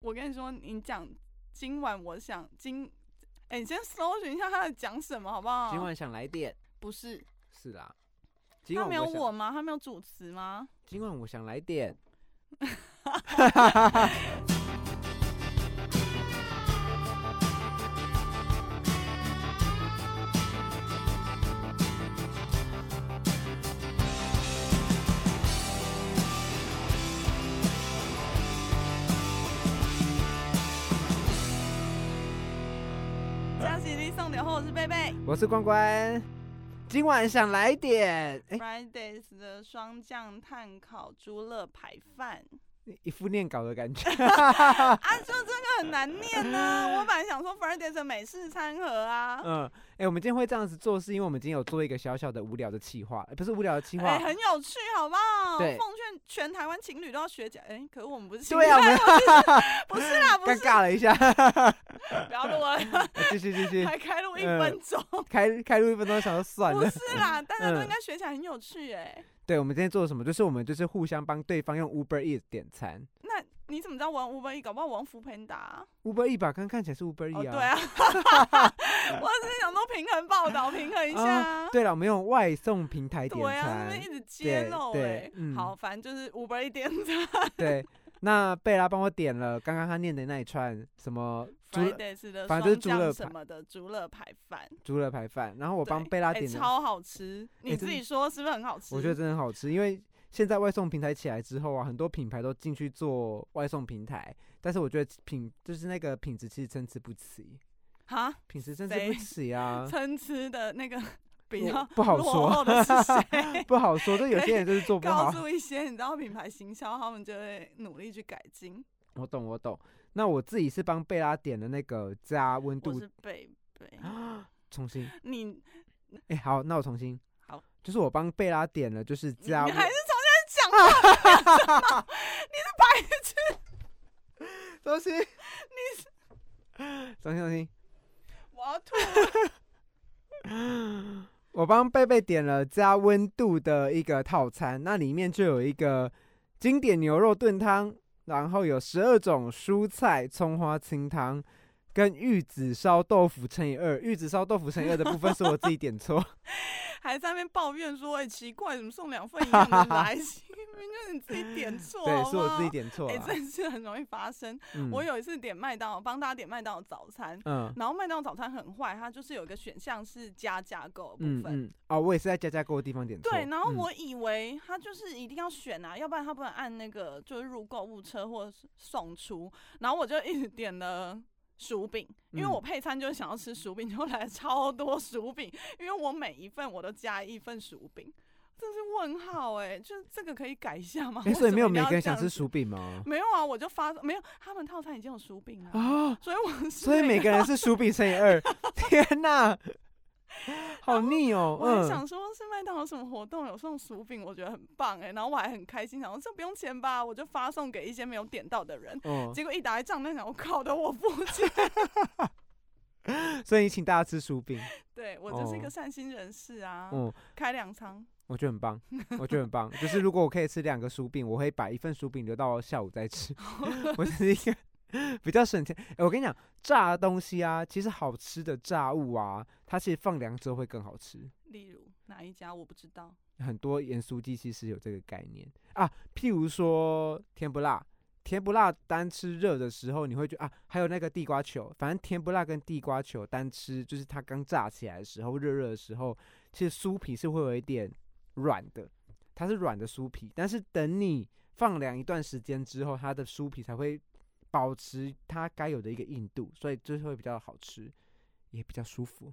我跟你说，你讲今晚，我想今，哎、你先搜寻一下他在讲什么好不好？今晚想来点，不是是啦。今他晚没有想我吗？他没有主持吗？今晚我想来点。加喜力送点货，我是贝贝。我是关关，今晚想来点。哎、 Fridays 的双酱炭烤猪肋排饭一副念稿的 感觉。啊，就这个很难念呢、啊我本来想说 Fridays 的美式餐盒啊，嗯，哎、我们今天会这样子做，是因为我们今天有做一个小小的无聊的企划，哎不是无聊的企划。哎、很有趣，好不好？对奉劝全台湾情侣都要学起来。哎、可是我们不是情侣，对啊，我们哦不是啦，不 尴是，尬了一下， 不要录了，继续继续，还开录一嗯分钟。开开录一分钟，想说算哎不了。是啦，大家都嗯应该学起来很有趣哎、对，我们今天做了什么？就是我们就是互相帮对方用 Uber Eats 点餐那你怎么知道我用 Uber E？搞不好我用福培达。 ，Uber Eats 吧，刚刚看起来是 Uber 哦， Eats 对啊。啊， 我只是想说平衡报道，平衡一下啊。对了，我们用外送平台点对啊，那餐边一。直揭露对哎对、嗯好，反正就是 Uber 一点 对，那贝拉帮我点了刚刚他念的那一串什么猪 Fridays 的反正双就是猪肋酱排什么的猪肋排饭，猪肋排饭，然后我我帮贝拉点的，哎哎超好吃，你真自的己说是不是很好吃？我觉得真的很好吃，因为现在外送平台起来之后啊，很多品牌都进去做外送平台，但是我觉得品就是那个品质其实参差不齐，哈，品质参差谁，不齐啊参差的那个比我较不好落说？后的是谁 不好说，这有可些人就是做不告好。诉一些你知道品牌行销，他们就会努力去改进。我懂，我懂。那我自己是帮贝拉点的那个加温 我度啊是，贝贝，重新。 你哎、好，那我重新。好，就是我帮贝拉点了，就是你加还温是。从现在讲话，重新，你 重新重新。我要吐。我帮贝贝点了加温度的一个套餐，那里面就有一个经典牛肉炖汤，然后有十二种蔬菜葱花清汤，跟玉子烧豆腐乘以二。玉子烧豆腐乘以二的部分是我自己 点错，还在那边抱怨说：“哎、奇怪，怎么送两 份一样的来？ 明明就是你自己点错，对，好是不我好自己点错哎、了。真是很容易发生。嗯 我有一次点麦当劳，帮大家点麦当劳早餐，嗯然后麦当劳早餐很坏，它就是有一个选项是加价购的部嗯分。嗯，哦，我也是在家家购的地方点错。对，然后嗯我以为它就是一定要选啊，要不然它不能按那个就是入购物车或者是送出，然后我就一直点了。薯饼，因为嗯我配餐就是想要吃薯饼，就来超多薯饼，因为我每一份我都加一份薯饼，这是问号哎、就是这个可以改一下吗？哎，所以没有为什每么一定要个人想这吃样薯饼吗子，？没有啊，我就发没有，他们套餐已经有薯饼了，啊，所以我是所以每个人是薯饼乘以二，啊 天 哪，好腻哦。我很嗯，想说，是麦当劳什么活动有送薯饼，我觉得很棒哎、然后我还很开心，想说这不用钱吧，我就发送给一些没有点到的人。哦，结果一打开账单，想我靠的，我付钱。 所以请大家吃薯饼，对我就是一哦个善心人士啊，嗯，开两仓。我觉得很棒，我觉得很棒。就是如果我可以吃两个薯饼，我会把一份薯饼留到下午 再吃。 我是一个比较省钱。哎，我跟你讲，炸的东西啊，其实好吃的炸物啊，它其实放凉之后会更好吃。例如哪一家我不知道，很多盐酥鸡其实有这个概念啊，譬如说甜不辣，甜不辣单吃热的时候，你会觉得啊，还有那个地瓜球，反正甜不辣跟地瓜球单吃，就是它刚炸起来的时候，热热的时候，其实酥皮是会有一点软的，它是软的酥皮，但是等你放凉一段时间之后，它的酥皮才会保持它该有的一个硬度，所以就是会比较好吃，也比较舒服，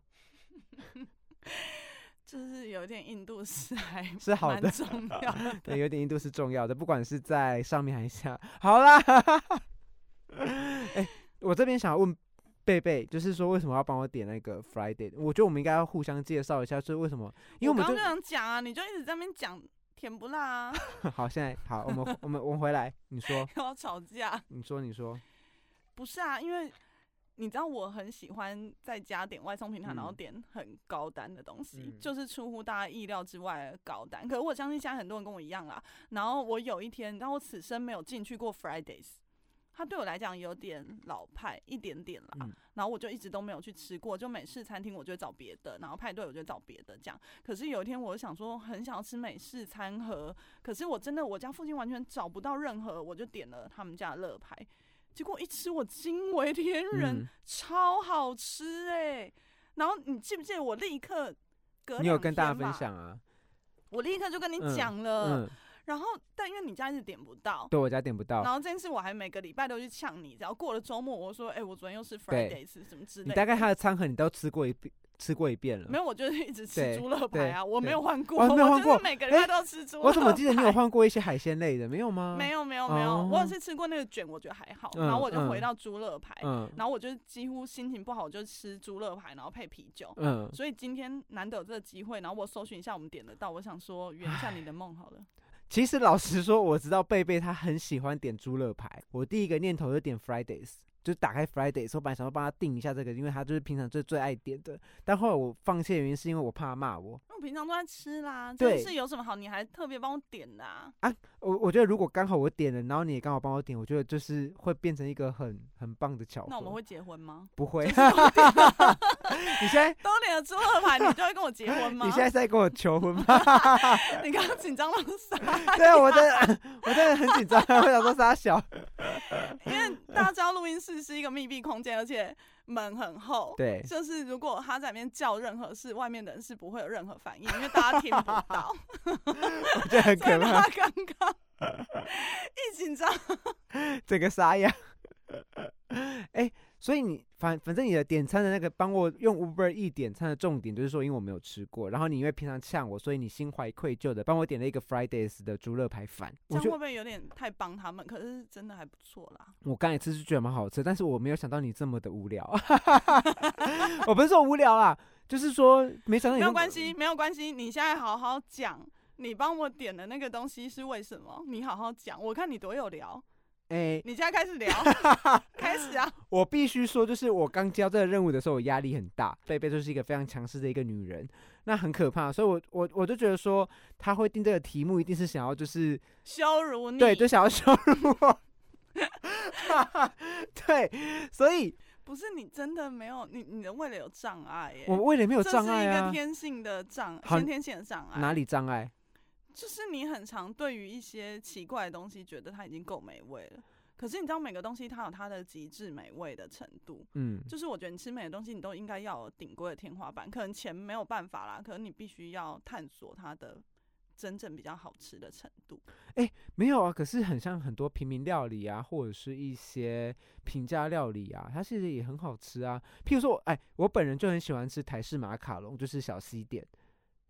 就是有点印度式， 还 是好蛮的。重要 的。对，有点硬度是重要的，不管是在上面还是下。 好啦，哎、我这边想要问贝贝，就是说为什么要帮我点那个 Friday？我觉得我们应该要互相介绍一下，是为什么？因为我们刚就刚就想讲啊，你就一直在那边讲甜不辣啊， 好，现在好，我们我们我们回来，你说，又要吵架。你说，你说，不是啊，因为你知道我很喜欢在家点外送平台，然后嗯点很高单的东西，嗯就是出乎大家意料之外的高单。可是我相信现在很多人跟我一样啦。然后我有一天，你知道我此生没有进去过 Fridays，它对我来讲有点老派一点点啦。嗯然后我就一直都没有去吃过，就美式餐厅我就会找别的，然后派对我就会找别的这样。可是有一天我就想说很想要吃美式餐盒，可是我真的我家附近完全找不到任何，我就点了他们家的乐牌，结果一吃我惊为天人，嗯超好吃哎、然后你记不记得我立刻隔你有两跟大家天吧呃分，享啊？我立刻就跟你嗯讲了。嗯，然后但因为你家一直点不到，对我家点不到，然后这件事我还每个礼拜都去呛你，只要过了周末，我说哎、我昨天又是对 Fridays 什么之类你的。大概它的餐盒你都吃过一遍，吃过一遍了。没有，我就是一直吃对猪肋排啊，我没对有换过，哦没有换我就过是每个礼哎拜都要吃猪肋排。我怎么记得你有换过一些海鲜类的，没有吗？ 没有没有没有，我哦有是吃过那个卷，我觉得还好，然后嗯我就回嗯到猪肋排，嗯然后我就几乎心情不好，我就吃猪肋排，然后配啤酒。嗯，所以今天难得有这个机会，然后我搜寻一下我们点得到，我想说圆一下你的梦好了。其实老实说，我知道贝贝她很喜欢点猪肋排，我第一个念头就点 Fridays。就打开 Fridays，我本来想要帮她定一下这个，因为她就是平常最最爱点的。但后来我放弃的原因是因为我怕她骂我。因为我平常都在吃啦，真的对是有什么好，你还特别帮我点的啊？我我觉得如果刚好我点了，然后你也刚好帮我点，我觉得就是会变成一个很很棒的巧合。那我们会结婚吗？不哦会？ 你现在 都点了猪肋排，你就会跟我结婚吗？ 你现在在跟我求婚吗？ 你刚刚紧张到 傻，对，啊我真的 我真的很紧张，啊我想说傻小。因为大家知道录音室是一个密闭空间，而且门很厚。对， 就是如果他在里面叫任何事，外面的人是不会有任何反应，因为大家听不 到。我觉得很所以可怕他，刚刚 一紧张，整个傻眼。 哎、所以你反反正你的点餐的那个帮我用 Uber E 点餐的重点就是说，因为我没有吃过，然后你因为平常呛我，所以你心怀愧疚的帮我点了一个 Fridays 的猪肋排饭。这我样觉会不得会有点太帮他们？可是真的还不错啦。我刚才吃是觉得蛮好吃，但是我没有想到你这么的无聊。 我不是说无聊啦，就是说没想到你没有用关系，没有关系，你现在好好讲，你帮我点的那个东西是为什么？你好好讲，我看你多有聊。哎、你现在开始 聊，开始啊！我必须说，就是我刚交这个任务的时候，我压力很大。贝贝就是一个非常强势的一个女人，那很可怕。所以我我我就觉得说，她会定这个题目，一定是想要就是羞辱你，对，就想要羞辱我。 对，所以不是你真的没有你你的味蕾有障碍耶、我味蕾没有障这是碍一个啊，天性的障，好先天性的障碍。哪里障碍？就是你很常对于一些奇怪的东西，觉得它已经够美味了。可是你知道每个东西它有它的极致美味的程度，嗯，就是我觉得你吃每个东西，你都应该要有顶规的天花板。可能钱没有办法啦，可能你必须要探索它的真正比较好吃的程度。没有啊。可是很像很多平民料理啊，或者是一些平价料理啊，它其实也很好吃啊。譬如说我，哎，我本人就很喜欢吃台式马卡龙，就是小西点。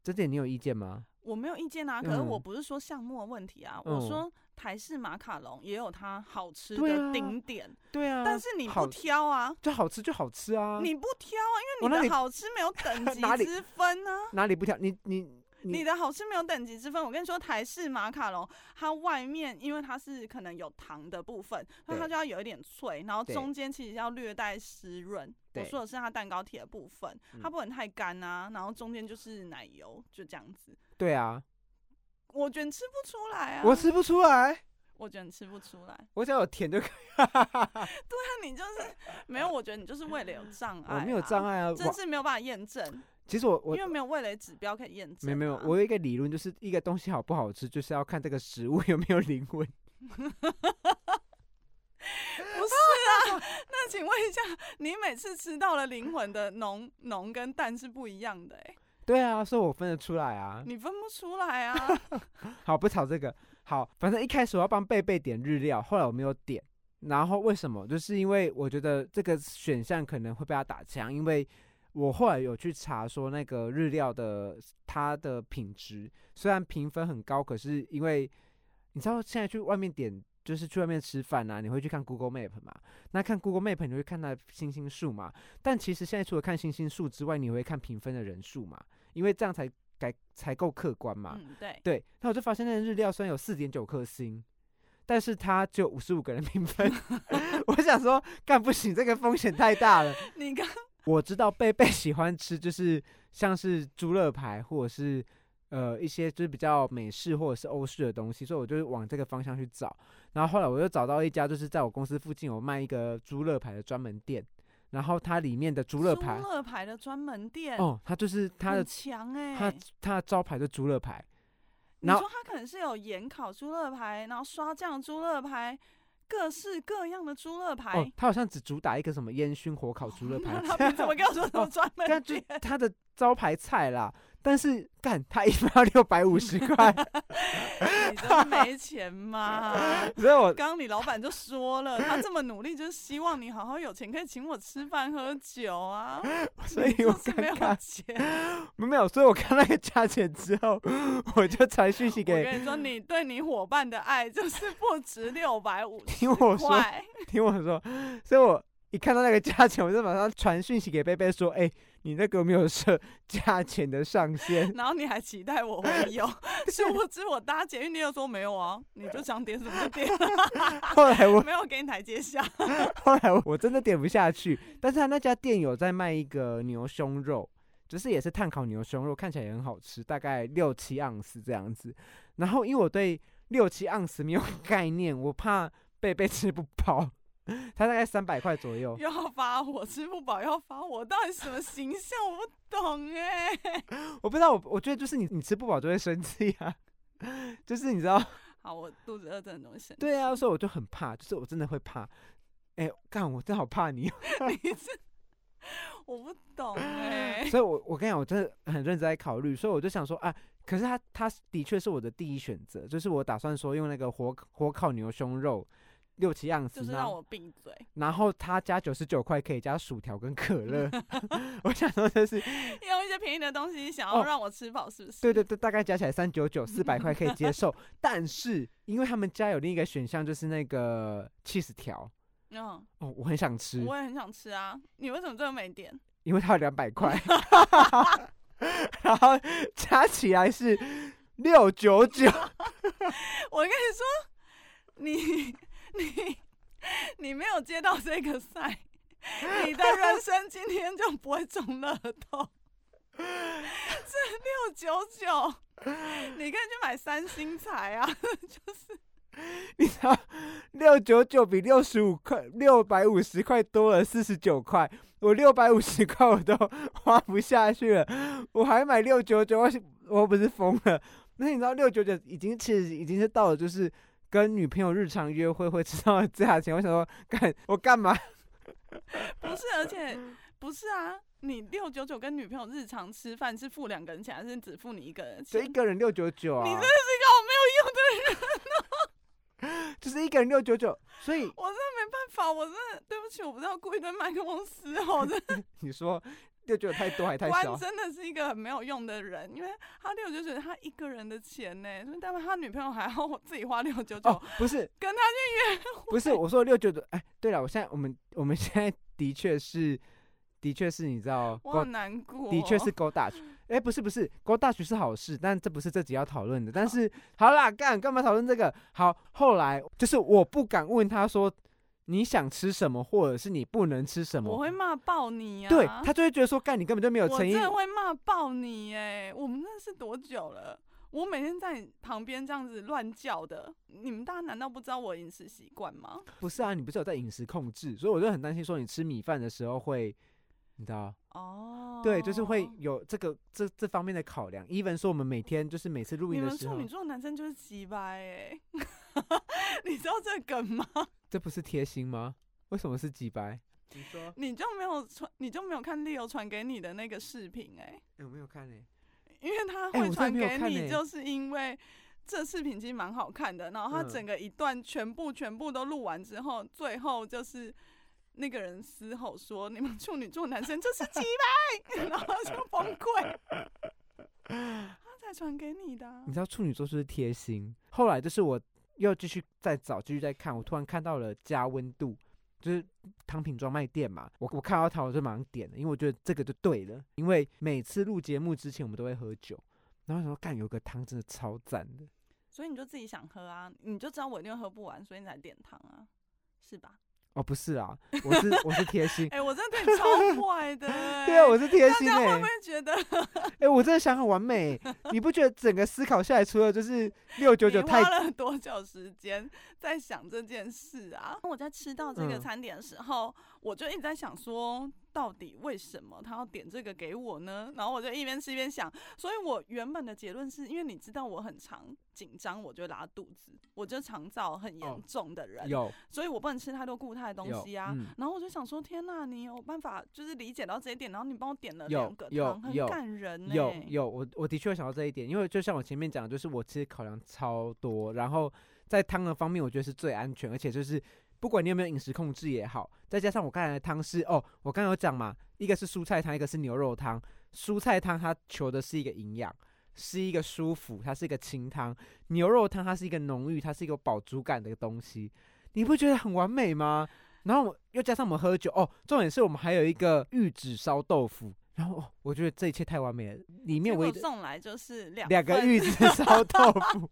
这点你有意见吗？我没有意见啊，可是我嗯不是说项目的问题啊，嗯我说台式马卡龙也有它好吃对的啊顶点，对啊，但是你好不挑啊，就好吃就好吃啊，你不挑啊，因我那为你里的好吃没有等级 哪里之分啊。哪里不挑？你你你你的好吃没有等级之分。我跟你说，台式马卡龙它外面因为它是可能有糖的部分，所以它对就要有一点脆，然后对中间其实要略带湿润。我对说的是它蛋糕体的部分，它嗯不能太干啊，然后中间就是奶油，就这样子。对啊，我觉得你吃不出来啊，我吃不出来，我觉得你吃不出来。我只要有甜就可以，那你就是没有，我觉得你就是味蕾有障碍、我没有障碍。碍啊。哎真我是没有办法验证，其实我因为我没有味蕾指标可以验证、啊。没有没有，我有一个理论，就是一个东西好不好吃，就是要看这个食物有没有灵魂。不是啊，那 请问一下，你每次吃到了灵魂的浓浓跟淡是不一样的、欸，对啊，所以我分得出来啊。你分不出来 啊。好，不吵这个。好，反正一开始我要帮贝贝点日料，后来我没有点。然后为什么？就是因为我觉得这个选项可能会被他打枪，因为我后来有去查说那个日料的它的品质虽然评分很高，可是因为你知道现在去外面点。就是去外面吃饭啊，你会去看 Google Map 嘛？那看 Google Map 你会看它的星星数嘛？但其实现在除了看星星数之外，你会看评分的人数嘛？因为这样才改才够客观嘛。嗯，对，对，那我就发现那个日料虽然有四点九颗星，但是它只有五十五个人评 分。我想说，干不行，这个风险太大了。 你刚我知道贝贝喜欢吃，就是像是猪肋排或者是呃一些就是比较美式或者是欧式的东西，所以我就往这个方向去找。然后后来我又找到一家，就是在我公司附近有卖一个猪肋排的专门店，然后它里面的 猪肋排猪，乐牌的专门店，哦，它就是它的很强哎、它它的招牌就猪肋排，你然后说他可能是有盐烤猪肋排，然后刷酱猪肋排，各式各样的猪肋排。 哦，它好像只主打一个什么烟熏火烤猪肋 排哦那，他凭什么跟我说什么专 门但就店？它的招牌菜啦。但是干，它一份要六百五十 块，你真的没钱 吗？所以我刚刚你老板就说了，他这么努力就是希望你好好有钱，可以请我吃饭喝酒 啊。所以你我就是没有尴尬钱。没有，所以我看那个价钱之后，我就传讯息我给 跟你说，你对你伙伴的爱就是不值六百五听我说，块。？听我说，所以我一看到那个价钱，我就马上传讯息给贝贝说：“哎、你那个有没有设价钱的上 限然后你还期待我会有，殊不知我搭捷运，你又说没有啊，你就想点什么就点，后来 我没有给你台阶下。后来我我真的点不下去，但是他那家店有在卖一个牛胸肉，就是也是炭烤牛胸肉，看起来也很好吃，大概六七盎司这样子。然后因为我对六七盎司没有 概念，我怕贝贝吃不饱，他大概三百块左右。又要发我，吃不饱又要发我，到底什么形象？我不懂哎、我不知道，我我觉得就是你你吃不饱就会生气啊， 就是你知道，好，我肚子饿，真的东西。对啊，所以我就很怕，就是我真的会怕。哎、干，我真的好怕你哦。你是 我不懂哎、 所以我我跟你讲，我真的很认真在考虑，所以我就想说啊，可是他他的确是我的第一选择，就是我打算说用那个火火烤牛胸肉六七样子，就是然让后我闭嘴。然后他加九十九块可以加薯条跟可 乐，我想说就是用一些便宜的东西想哦要让我吃饱，是不是？对对对，大概加起来三九九四百块可以接受，但是因为他们家有另一个选项就是那个 cheese 条。嗯，哦，我很想吃，我也很想吃啊。你为什么这个没点？因为它有两 百块， 然后加起来是六九九。我跟你说，你你你没有接到这个赛，你的人生今天就不会中乐透。这六九九，你可以去买三星彩啊！你知道六九九比六十五块、六百五十块多了四十九块，我六百五十块我都 花不下去了，我还买六九九，我是我不是疯了？那你知道六九九已经其实已经是到了就是跟女朋友日常约会会吃到的价钱，我想说干我干嘛？不是，而且不是啊，你六九九跟女朋友日常吃饭是付两个人钱，还是只付你一个人就钱？一个人六九九啊，你真的是一个好没有用的人，就是一个人六九九，所以我真的没办法，我真的对不起，我不知道故意对麦克风嘶吼，真的你说六九太多还太关少？真的是一个很没有用的人，因为他六九九他一个人的钱呢，所以但是他女朋友还要自己花六九九哦，不是跟他去不是，我说六九的。哎，对了，我现在我们我们现在的确是，的确是你知道，我勾很难过。哦的确是勾大学。哎，不是不是，勾大学是好事，但这不是这集要讨论的。但是好啦，干干嘛讨论这个？好，后来就是我不敢问他说你想吃什么，或者是你不能吃什我么。会骂爆你啊！对他就会觉得说，干你根本就没有我诚真意。的会骂爆你哎！我们认识多久了？我每天在你旁边这样子乱叫的，你们大家难道不知道我饮食习惯吗？不是啊，你不是有在饮食控制，所以我就很担心说你吃米饭的时候会，你知道。哦，对，就是会有这个这这方面的考量。even 说我们每天就是每次录你音的们时处候女，座男生就是鸡掰哎， 你知道这个梗吗？这不是贴心吗？为什么是几白？你说、你就没有传，你就没有看 Leo 传给你的那个视频哎、我没有看欸诶、因为他哎我会真的传没有给看欸你，就是因为这视频其实蛮好看的。然后他嗯整个一段全部全部都录完之后，最后就是那个人嘶吼说：“你们处女座男生就是鸡掰！”然后他就崩溃。 他才传给你的啊、你知道处女座就是贴心。后来就是我又继续再找，继续再看，我突然看到了加温度，就是汤品专卖店嘛。我我看到它，我就马上点了，因为我觉得这个就对了。因为每次录节目之前，我们都会喝酒，然后想说干有个汤真的超赞的。所以你就自己想喝啊，你就知道我一定会喝不完，所以你才点糖啊，是吧？，哦，不是啦，我是我是贴心 哎、我真的对你超坏的、 欸。对啊，我是贴大心家哎、会不会觉得哎、我真的想很 完美欸、你不觉得整个思考下来，除了就是六九你九太花了多久时间在想这件事啊？我在吃到这个嗯餐点的时候，我就一直在想说，到底为什么他要点这个给我呢？然后我就一边吃一边想，所以我原本的结论是因为你知道我很常紧张，我就会拉肚子，我就肠燥很哦严重的人，有所以我不能吃太多固态的东有西啊。嗯然后我就想说，天呐，你有办法就是理解到这一点，然后你帮我点了有两个有汤，很有感人呢、欸有有，我我的确想到这一点，因为就像我前面讲的，就是我其实考量超多，然后在汤的方面，我觉得是最安全，而且就是不管你有没有饮食控制也好，再加上我刚才的汤是哦，我刚才有讲嘛，一个是蔬菜汤，一个是牛肉汤。蔬菜汤它求的是一个营养，是一个舒服，它是一个清汤；牛肉汤它是一个浓郁，它是一个有饱足感的东西。你不觉得很完美吗？然后我又加上我们喝酒哦，重点是我们还有一个玉子烧豆腐，然后、哦、我觉得这一切太完美了。里结面果唯一的送来就是两两 个份玉子烧豆腐，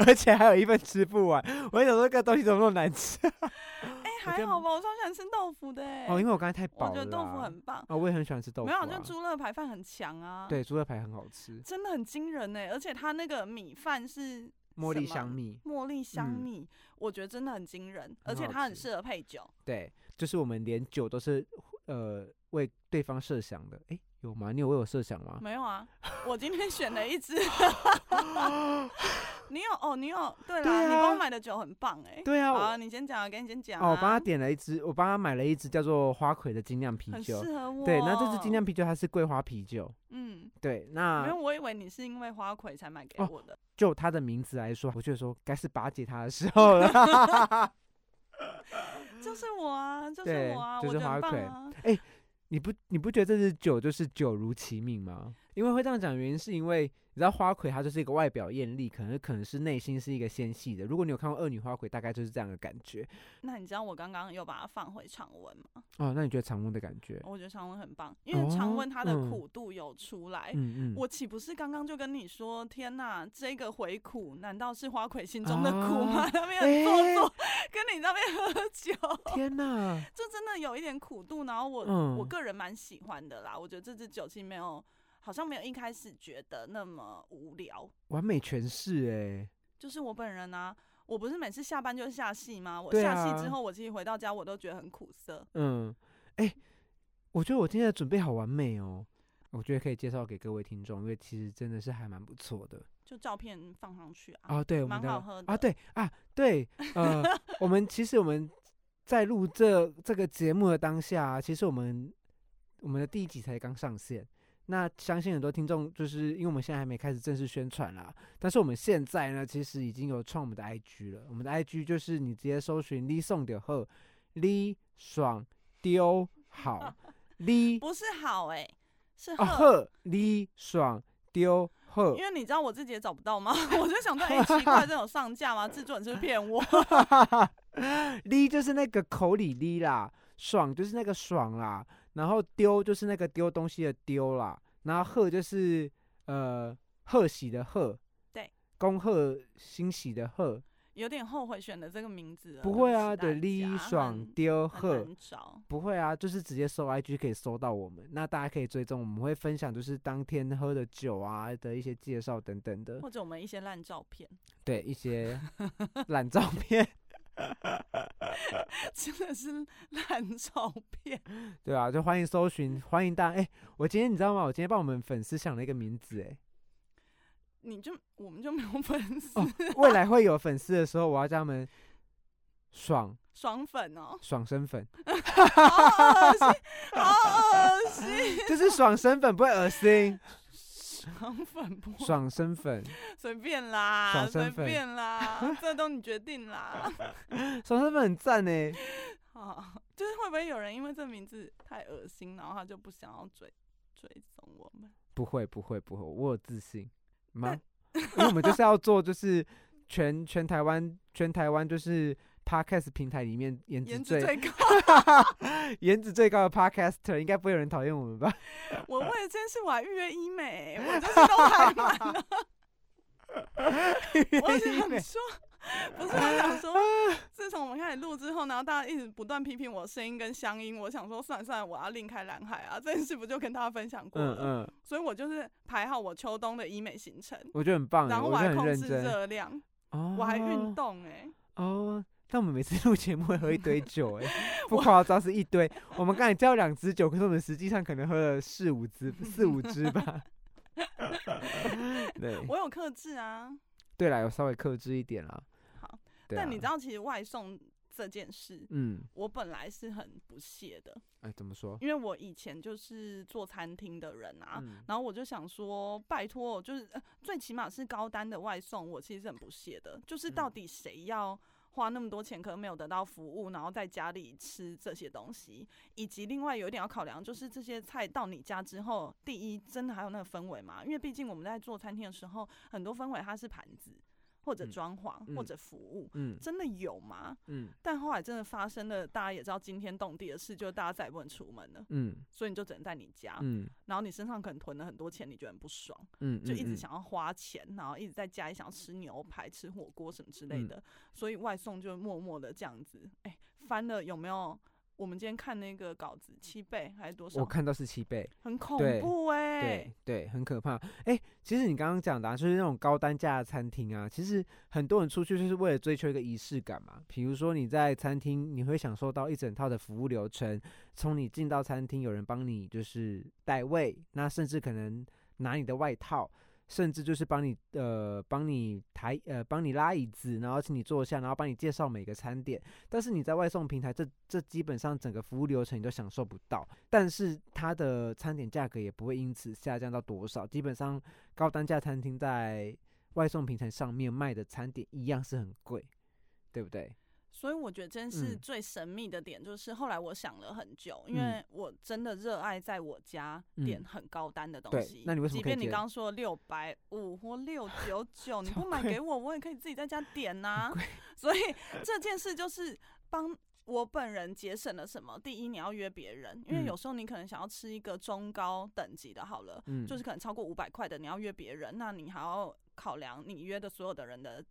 而且还有一份吃不完。我就想说，这个东西怎么那么难 吃？哎、觉还得好吧，我超喜欢吃豆腐的、欸。哦，因为我刚才太我饱觉了啦。得豆腐很棒。哦，我也很喜欢吃豆腐、没啊。有，就猪肋排饭很强啊。，对猪肉排很好吃，真的很惊人呢、而且它那个米饭是茉什莉么香蜜。茉莉香嗯米，我觉得真的很惊人，而且好它很吃适合配酒。对，就是我们连酒都是呃为对方设想的。诶，有吗？你有为我设想吗？没有啊，我今天选了 一支。你有哦，你有对啦，对你帮啊我买的酒很棒哎、对啊，好我啊，你先讲啊，给你先讲、啊。哦，我帮他点了一支，我帮他买了一支叫做花魁的精酿啤很酒。适合我。对，那这支精酿啤酒它是桂花啤酒。嗯，对，因为那我以为你是因为花魁才买给哦我的。就它的名字来说，我觉得说该是巴结他的时候了。 就是我啊，就是对我啊，就我是觉得很花棒魁啊。你不你不觉得这支酒就是酒如其名吗？因为会这样讲，原因是因为你知道花魁它就是一个外表艳丽，可能可能是内心是一个纤细的。如果你有看过《恶女花魁》，大概就是这样的感觉那你知道我刚刚有把它放回常温吗？哦。那你觉得长梦的感觉？我觉得常温很棒，因为常温它嗯的苦度有出来。嗯嗯，哎我岂不是刚刚就跟你说，天呐，这个回苦难道是花魁心中的苦吗？啊那边很哎做作，跟你那边喝酒， 天哪！就真的有一点苦度。然后我、嗯我个人蛮喜欢的啦，我觉得这支酒其实没有，好像没有一开始觉得那么无聊。完美诠释哎、就是我本人啊，我不是每次下班就下戏吗？我对下戏啊之后，我其实回到家我都觉得很苦涩。嗯，哎、我觉得我今天的准备好完美哦，我觉得可以介绍给各位听众，因为其实真的是还蛮不错的就照片放上去啊。啊。对，我们蛮的好喝的啊，对啊，对， 呃，我们其实我们在录这这个节目的当下啊、其实我们我们的第一集才刚上线。那相信很多听众，就是因为我们现在还没开始正式宣传啦，但是我们现在呢，其实已经有创我们的 IG 了。我们的 IG 就是你直接搜寻“李送丢贺”，李爽丢 好，李不是好哎、是啊喝。贺李爽丢贺因，为你知道我自己也找不到吗？ 我就想说，哎、奇怪，这有上架吗？制作人是不是骗 我？ 哩就是那个口里哩啦，爽就是那个爽啦，然后丢就是那个丢东西的丢啦，然后贺就是呃贺喜的贺，对，恭贺欣喜的贺，有点后悔选的这个名字了。不会啊，对不对，起大哩家爽很丢很贺，难找。不会啊，就是直接搜 IG 可以搜到我们，那大家可以追踪，我们会分享就是当天喝的酒啊的一些介绍等等的，或者我们一些烂照片， 对一些懒照片， 真的是烂照片。对啊，就欢迎搜寻，欢迎大家。哎、我今天你知道吗？我今天帮我们粉丝想了一个名字、 哎。你就我们就没有粉丝、哦未来会有粉丝的时候，我要叫他们爽爽粉 哦，哦爽身粉，好恶心，好恶心， 就是爽身粉，不会恶心，爽粉不爽身粉，随便啦，爽随身份便 啦，这都你决定啦。爽身粉很赞呢、啊，就是会不会有人因为这名字太恶心，然后他就不想要追追踪我们？不会，不会，不会，我有自信吗但？因为我们就是要做，就是全全台湾全台湾就是 podcast 平台里面颜值颜值最最 高，颜值最高的 podcaster，应该不会有人讨厌我们 吧？我为了这件事我还预约医 美，我就是都排满了。我想说，不是我想说，自从我们开始录之后，然后大家一直不断批评我声音跟乡音，我想说算了算了，我要另开蓝海啊！这件事不就跟大家分享过嗯了？嗯，所以我就是排好我秋冬的医美行程，我觉得很棒哎，然后我觉还得很控认制真，热量，哦我还运动哎、哦。但我们每次录节目会喝一堆酒、 哎，不夸张是一堆。我们刚才叫两支酒，可是我们实际上可能喝了四 五支，四五支吧。对，我有克制啊。对啦，有稍微克制一点啦。好对啊，但你知道，其实外送这件事，嗯，我本来是很不屑的，哎，怎么说？因为我以前就是做餐厅的人啊。嗯然后我就想说，拜托，就是、呃最起码是高单的外送，我其实是很不屑的。就是嗯到底谁要花那么多钱，可能没有得到服务，然后在家里吃这些东西，以及另外有一点要考量，就是这些菜到你家之后，第一，真的还有那个氛围嘛？因为毕竟我们在做餐厅的时候，很多氛围它是盘子或者嗯装潢、或嗯者服务，嗯真的有吗？嗯但后来真的发生了，大家也知道惊天动地的事，就是大家再也不能出门了，嗯所以你就只能在你家，嗯然后你身上可能囤了很多钱，你就很不爽，嗯，就一直嗯，想要花钱，然后一直在家里想要吃牛排、吃火锅什么之类的，嗯所以外送就默默的这样子，哎、翻了有没有？我们今天看那个稿子，七倍还是多我少？看到是七倍，很恐对怖哎、对对，很可怕。哎、其实你刚刚讲的、啊，就是那种高单价的餐厅啊，其实很多人出去就是为了追求一个仪式感嘛。比如说你在餐厅，你会享受到一整套的服务流程，从你进到餐厅，有人帮你就是带位，那甚至可能拿你的外套。甚至就是帮你呃帮你抬呃帮你拉椅子，然后请你坐下，然后帮你介绍每个餐点。但是你在外送平台，这这基本上整个服务流程你都享受不到。但是它的餐点价格也不会因此下降到多少。基本上高单价餐厅在外送平台上面卖的餐点一样是很贵，对不对？所以我觉得真是嗯最神秘的点，就是后来我想了很久，因嗯为我真的热爱在我家点嗯很高单的东对西。那你为什么即可以便你接刚说六百五或 六九九，你超不买贵给我，我也可以自己在家 点呐、贵所以这件事就是帮。我本人节省了什么？第一，你要约别人，因为嗯有时候你可能想要吃一个中高等级的，好了，嗯，就是可能超过五百块的，你要约别人，那你还要考量你约的所有的人的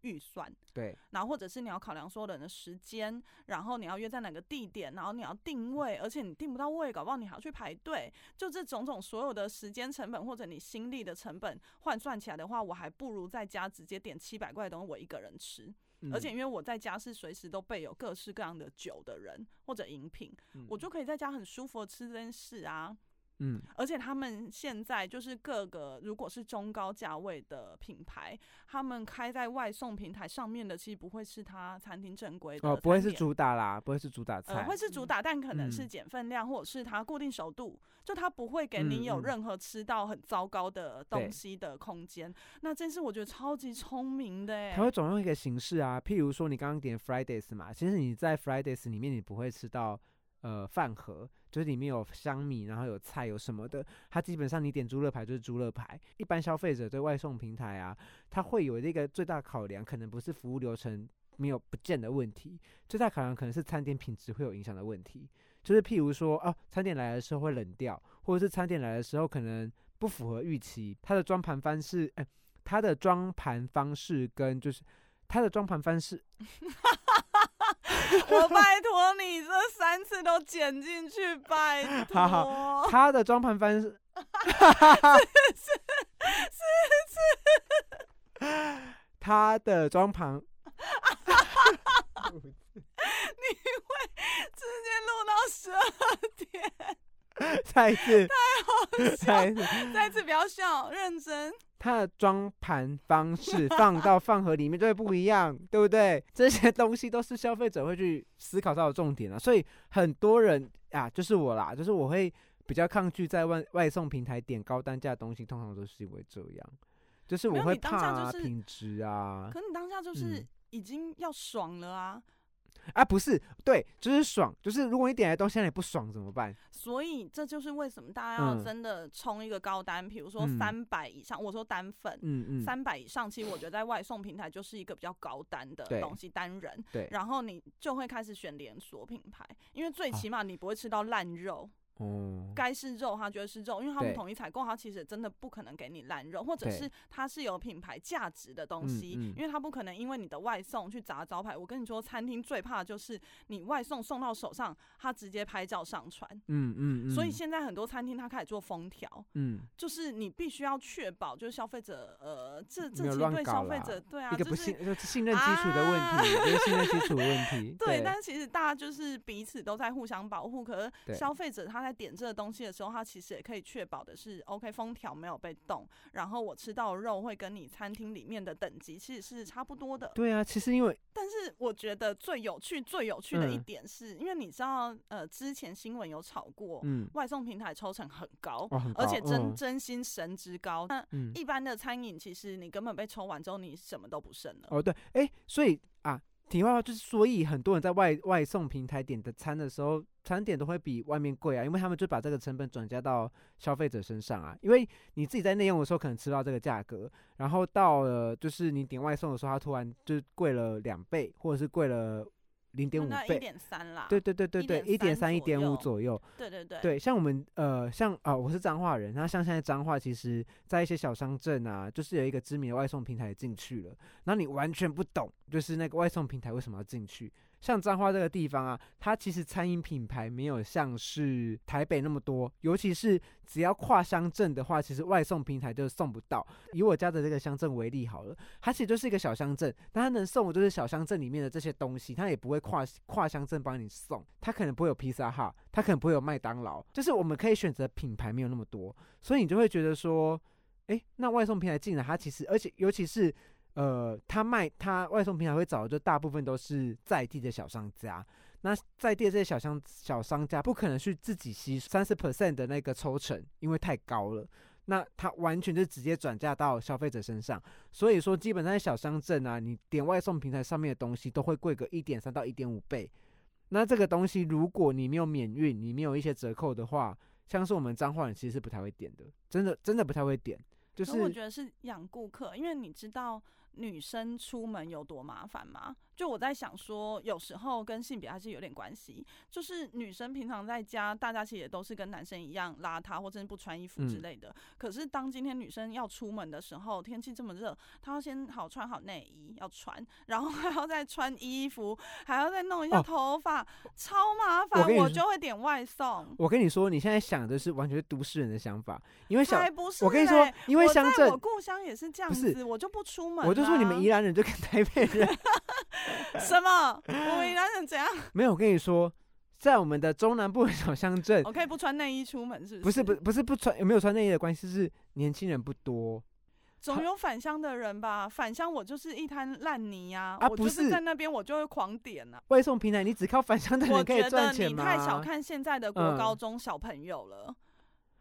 预算。对，然后或者是你要考量所有人的时间，然后你要约在哪个地点，然后你要定位，而且你定不到位，搞不好你还要去排队，就这种种所有的时间成本或者你心力的成本换算起来的话，我还不如在家直接点七百块的东西我一个人吃，嗯而且因为我在家是随时都备有各式各样的酒的人或者饮品，嗯我就可以在家很舒服的吃这件事啊。嗯而且他们现在就是各个，如果是中高价位的品牌，他们开在外送平台上面的，其实不会是他餐厅正规的哦，不会餐是点。主打啦，不会是主打菜，呃，会是主打，但可能是嗯减分量，或者是它固定熟度，就它不会给你嗯有嗯任何吃到很糟糕的东对西的空间。那这是我觉得超级聪明的欸，它会转换一个形式啊，譬如说你刚刚点 Fridays 嘛，其实你在 Fridays 里面你不会吃到呃饭盒，就是里面有香米，然后有菜有什么的，它基本上你点猪肋排就是猪肋排。一般消费者对外送平台啊，它会有这个最大考量，可能不是服务流程没有不见的问题，最大考量可能是餐点品质会有影响的问题，就是譬如说哦，餐点来的时候会冷掉，或者是餐点来的时候可能不符合预期，它的装盘方式，哎、它的装盘方式跟就是它的装盘方式，我拜托你这三次都剪进去，拜托。 好好哦它的装盘方式， 它的装盘， 直接录到十二点。 再一次，再一次，再次不要笑，认真。它的装盘方式 放到饭盒里面就会不一样，对不对？这些东西都是消费者会去思考到的重点啊。所以很多人啊，就是我啦，就是我会比较抗拒在外外送平台点高单价的东西，通常都是因为这样，就是没我有会你当怕、下啊就是品质啊可你当下就是嗯已经要爽了啊，啊，不是对，就是爽，就是如果你点来的东西让你不爽怎么办？所以这就是为什么大家要嗯真的冲一个高单，比如说嗯三百以上，我说单份。嗯嗯，三百以上，其实我觉得在外送平台就是一个比较高单的对东西，单人，对啊然后你就会开始选连锁品牌，因为最起码你不会吃到烂肉，哦，该是肉，它就会是肉，因为他们对统一采购，它其实真的不可能给你烂肉，或者对是它是有品牌价值的东嗯西，嗯因为它不可能因为你的外送去砸招牌。我跟你说，餐厅最怕的就是你外送送到手上，它直接拍照上传。嗯嗯，所以嗯现在很多餐厅它开始做封条，嗯，就是你必须要确保，就是消费者，呃，这这没其有实乱对搞消费啦者，对啊，一个就不是啊信就是信任基础的问题，就是信任基础的问题， 对，但是其实大家就是彼此都在互相保护。可是对消费者他在点这个东西的时候，他其实也可以确保的是，OK，封条没有被动，然后我吃到的肉会跟你餐厅里面的等级其实是差不多的。对啊，其实因为但是我觉得最有趣、最有趣的一嗯点是，因为你知道，呃，之前新闻有炒过，嗯，外送平台抽成很高。哇，很而高且真嗯真心神之高，那嗯一般的餐饮其实你根本被抽完之后，你什么都不剩了。哦，对，哎，所以啊，题外话就是，所以很多人在外外送平台点的餐的时候，餐点都会比外面贵啊，因为他们就把这个成本转嫁到消费者身上啊。因为你自己在内用的时候可能吃到这个价格，然后到了就是你点外送的时候，它突然就贵了两倍，或者是贵了零点就五那一倍。点三啦，对对对对对，一点三、 1.3一点五左左右。对对对，对，像我们呃，像啊、我是彰化人，那像现在彰化，其实在一些小商镇啊，就是有一个知名的外送平台进去了，然后你完全不懂，就是那个外送平台为什么要进去。像彰化这个地方啊，它其实餐饮品牌没有像是台北那么多，尤其是只要跨乡镇的话，其实外送平台就送不到。以我家的这个乡镇为例好了，它其实就是一个小乡镇，但它能送的就是小乡镇里面的这些东西，它也不会跨跨乡镇帮你送，它可能不会有披萨哈，它可能不会有麦当劳，就是我们可以选择品牌没有那么多，所以你就会觉得说，诶，那外送平台进来，它其实而且尤其是。呃，它卖它外送平台会找的，就大部分都是在地的小商家。那在地的这些小商小商家不可能去自己吸三十 percent 的那个抽成，因为太高了。那它完全就直接转嫁到消费者身上。所以说，基本上在小乡镇啊，你点外送平台上面的东西都会贵个一点三到一点五倍。那这个东西，如果你没有免运，你没有一些折扣的话，像是我们彰化人其实是不太会点的，真的真的不太会点。就可是是我觉得是养顾客，因为你知道女生出门有多麻烦吗？就我在想说，有时候跟性别还是有点关系。就是女生平常在家，大家其实也都是跟男生一样邋遢，或者是不穿衣服之嗯类的。可是当今天女生要出门的时候，天气这么热，她要先好穿好内衣要穿，然后还要再穿衣服，还要再弄一下哦头发，超麻我烦。跟你我说就会点外送。我跟你说，你现在想的是完全是都市人的想法，因为小才不是嘞！我跟你说，因为我在乡镇我，故乡也是这样不是子，我就不出门啦。啊我就说你们宜兰人就跟台北人 什么？我们宜兰人怎 样？没有，我跟你说，在我们的中南部的小乡镇，我可以不穿内衣出门，是不哦是？是不不是不穿没有穿内衣的关系，是年轻人不多。总有返乡的人吧？返乡我就是一滩烂泥呀、啊我就不是在那边我就会狂点呐、啊。外送平台，你只靠返乡的我人可以觉得赚钱你吗？太小看现在的国嗯高中小朋友了。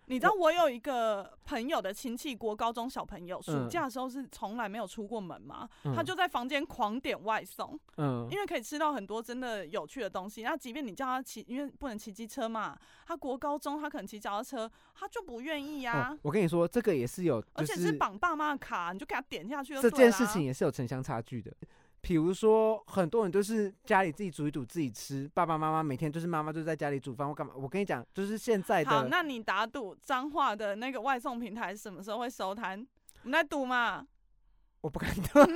你知道我有一个朋友的亲戚，国高中小朋友，暑嗯假的时候是从来没有出过门嘛，嗯他就在房间狂点外送，嗯因为可以吃到很多真的有趣的东西。那即便你叫他骑，因为不能骑机车嘛，他国高中他可能骑脚踏车，他就不愿意呀、哦，我跟你说，这个也是有，啊而就且是绑爸妈的卡，你就给他点下去就这对件事啦情也是有城乡差距的。比如说，很多人都是家里自己煮一煮自己吃，爸爸妈妈每天就是妈妈就在家里煮饭或干嘛。我跟你讲，就是现在好，的那你打赌彰化的那个外送平台什么时候会收摊？我们来赌嘛，我不敢 当，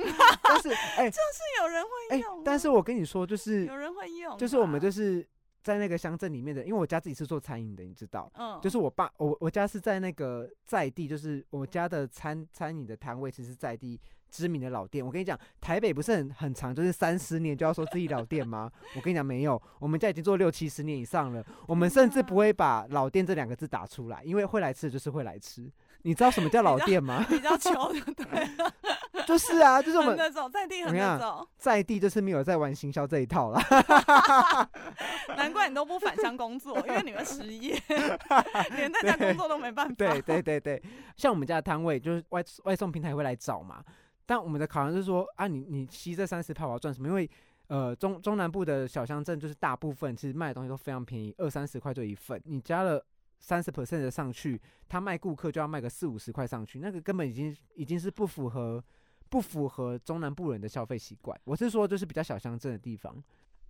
但是哎是有人哎、会用啊、但是我跟你说，就是有人会用啊，就是我们就是在那个乡镇里面的，因为我家自己是做餐饮的，你知道，嗯，就是我爸，我我家是在那个在地，就是我家的餐餐饮的摊位，其实是在地知名的老店。我跟你讲，台北不是很很长，就是三十年就要说自己老店吗？我跟你讲，没有，我们家已经做六七十年以上了，我们甚至不会把老店这两个字打出来，因为会来吃的就是会来吃。你知道什么叫老店吗？ 比较穷，对，就是啊，就是我横们着走，在地我横跟你着讲走，在地就是没有在玩行销这一套啦。 难怪你都不返乡工作，因为你们失业， 连在家工作都没办法。对对对对，像我们家的摊位就是外外送平台会来找嘛，但我们的考量就是说啊，你你吸这三十趴我要赚什么？因为呃中中南部的小乡镇就是大部分其实卖的东西都非常便宜，二三十块就一份，你加了。三十 percent 的上去，他卖顾客就要卖个四五十块上去，那个根本已经已经是不符合不符合中南部人的消费习惯。我是说，就是比较小乡镇的地方，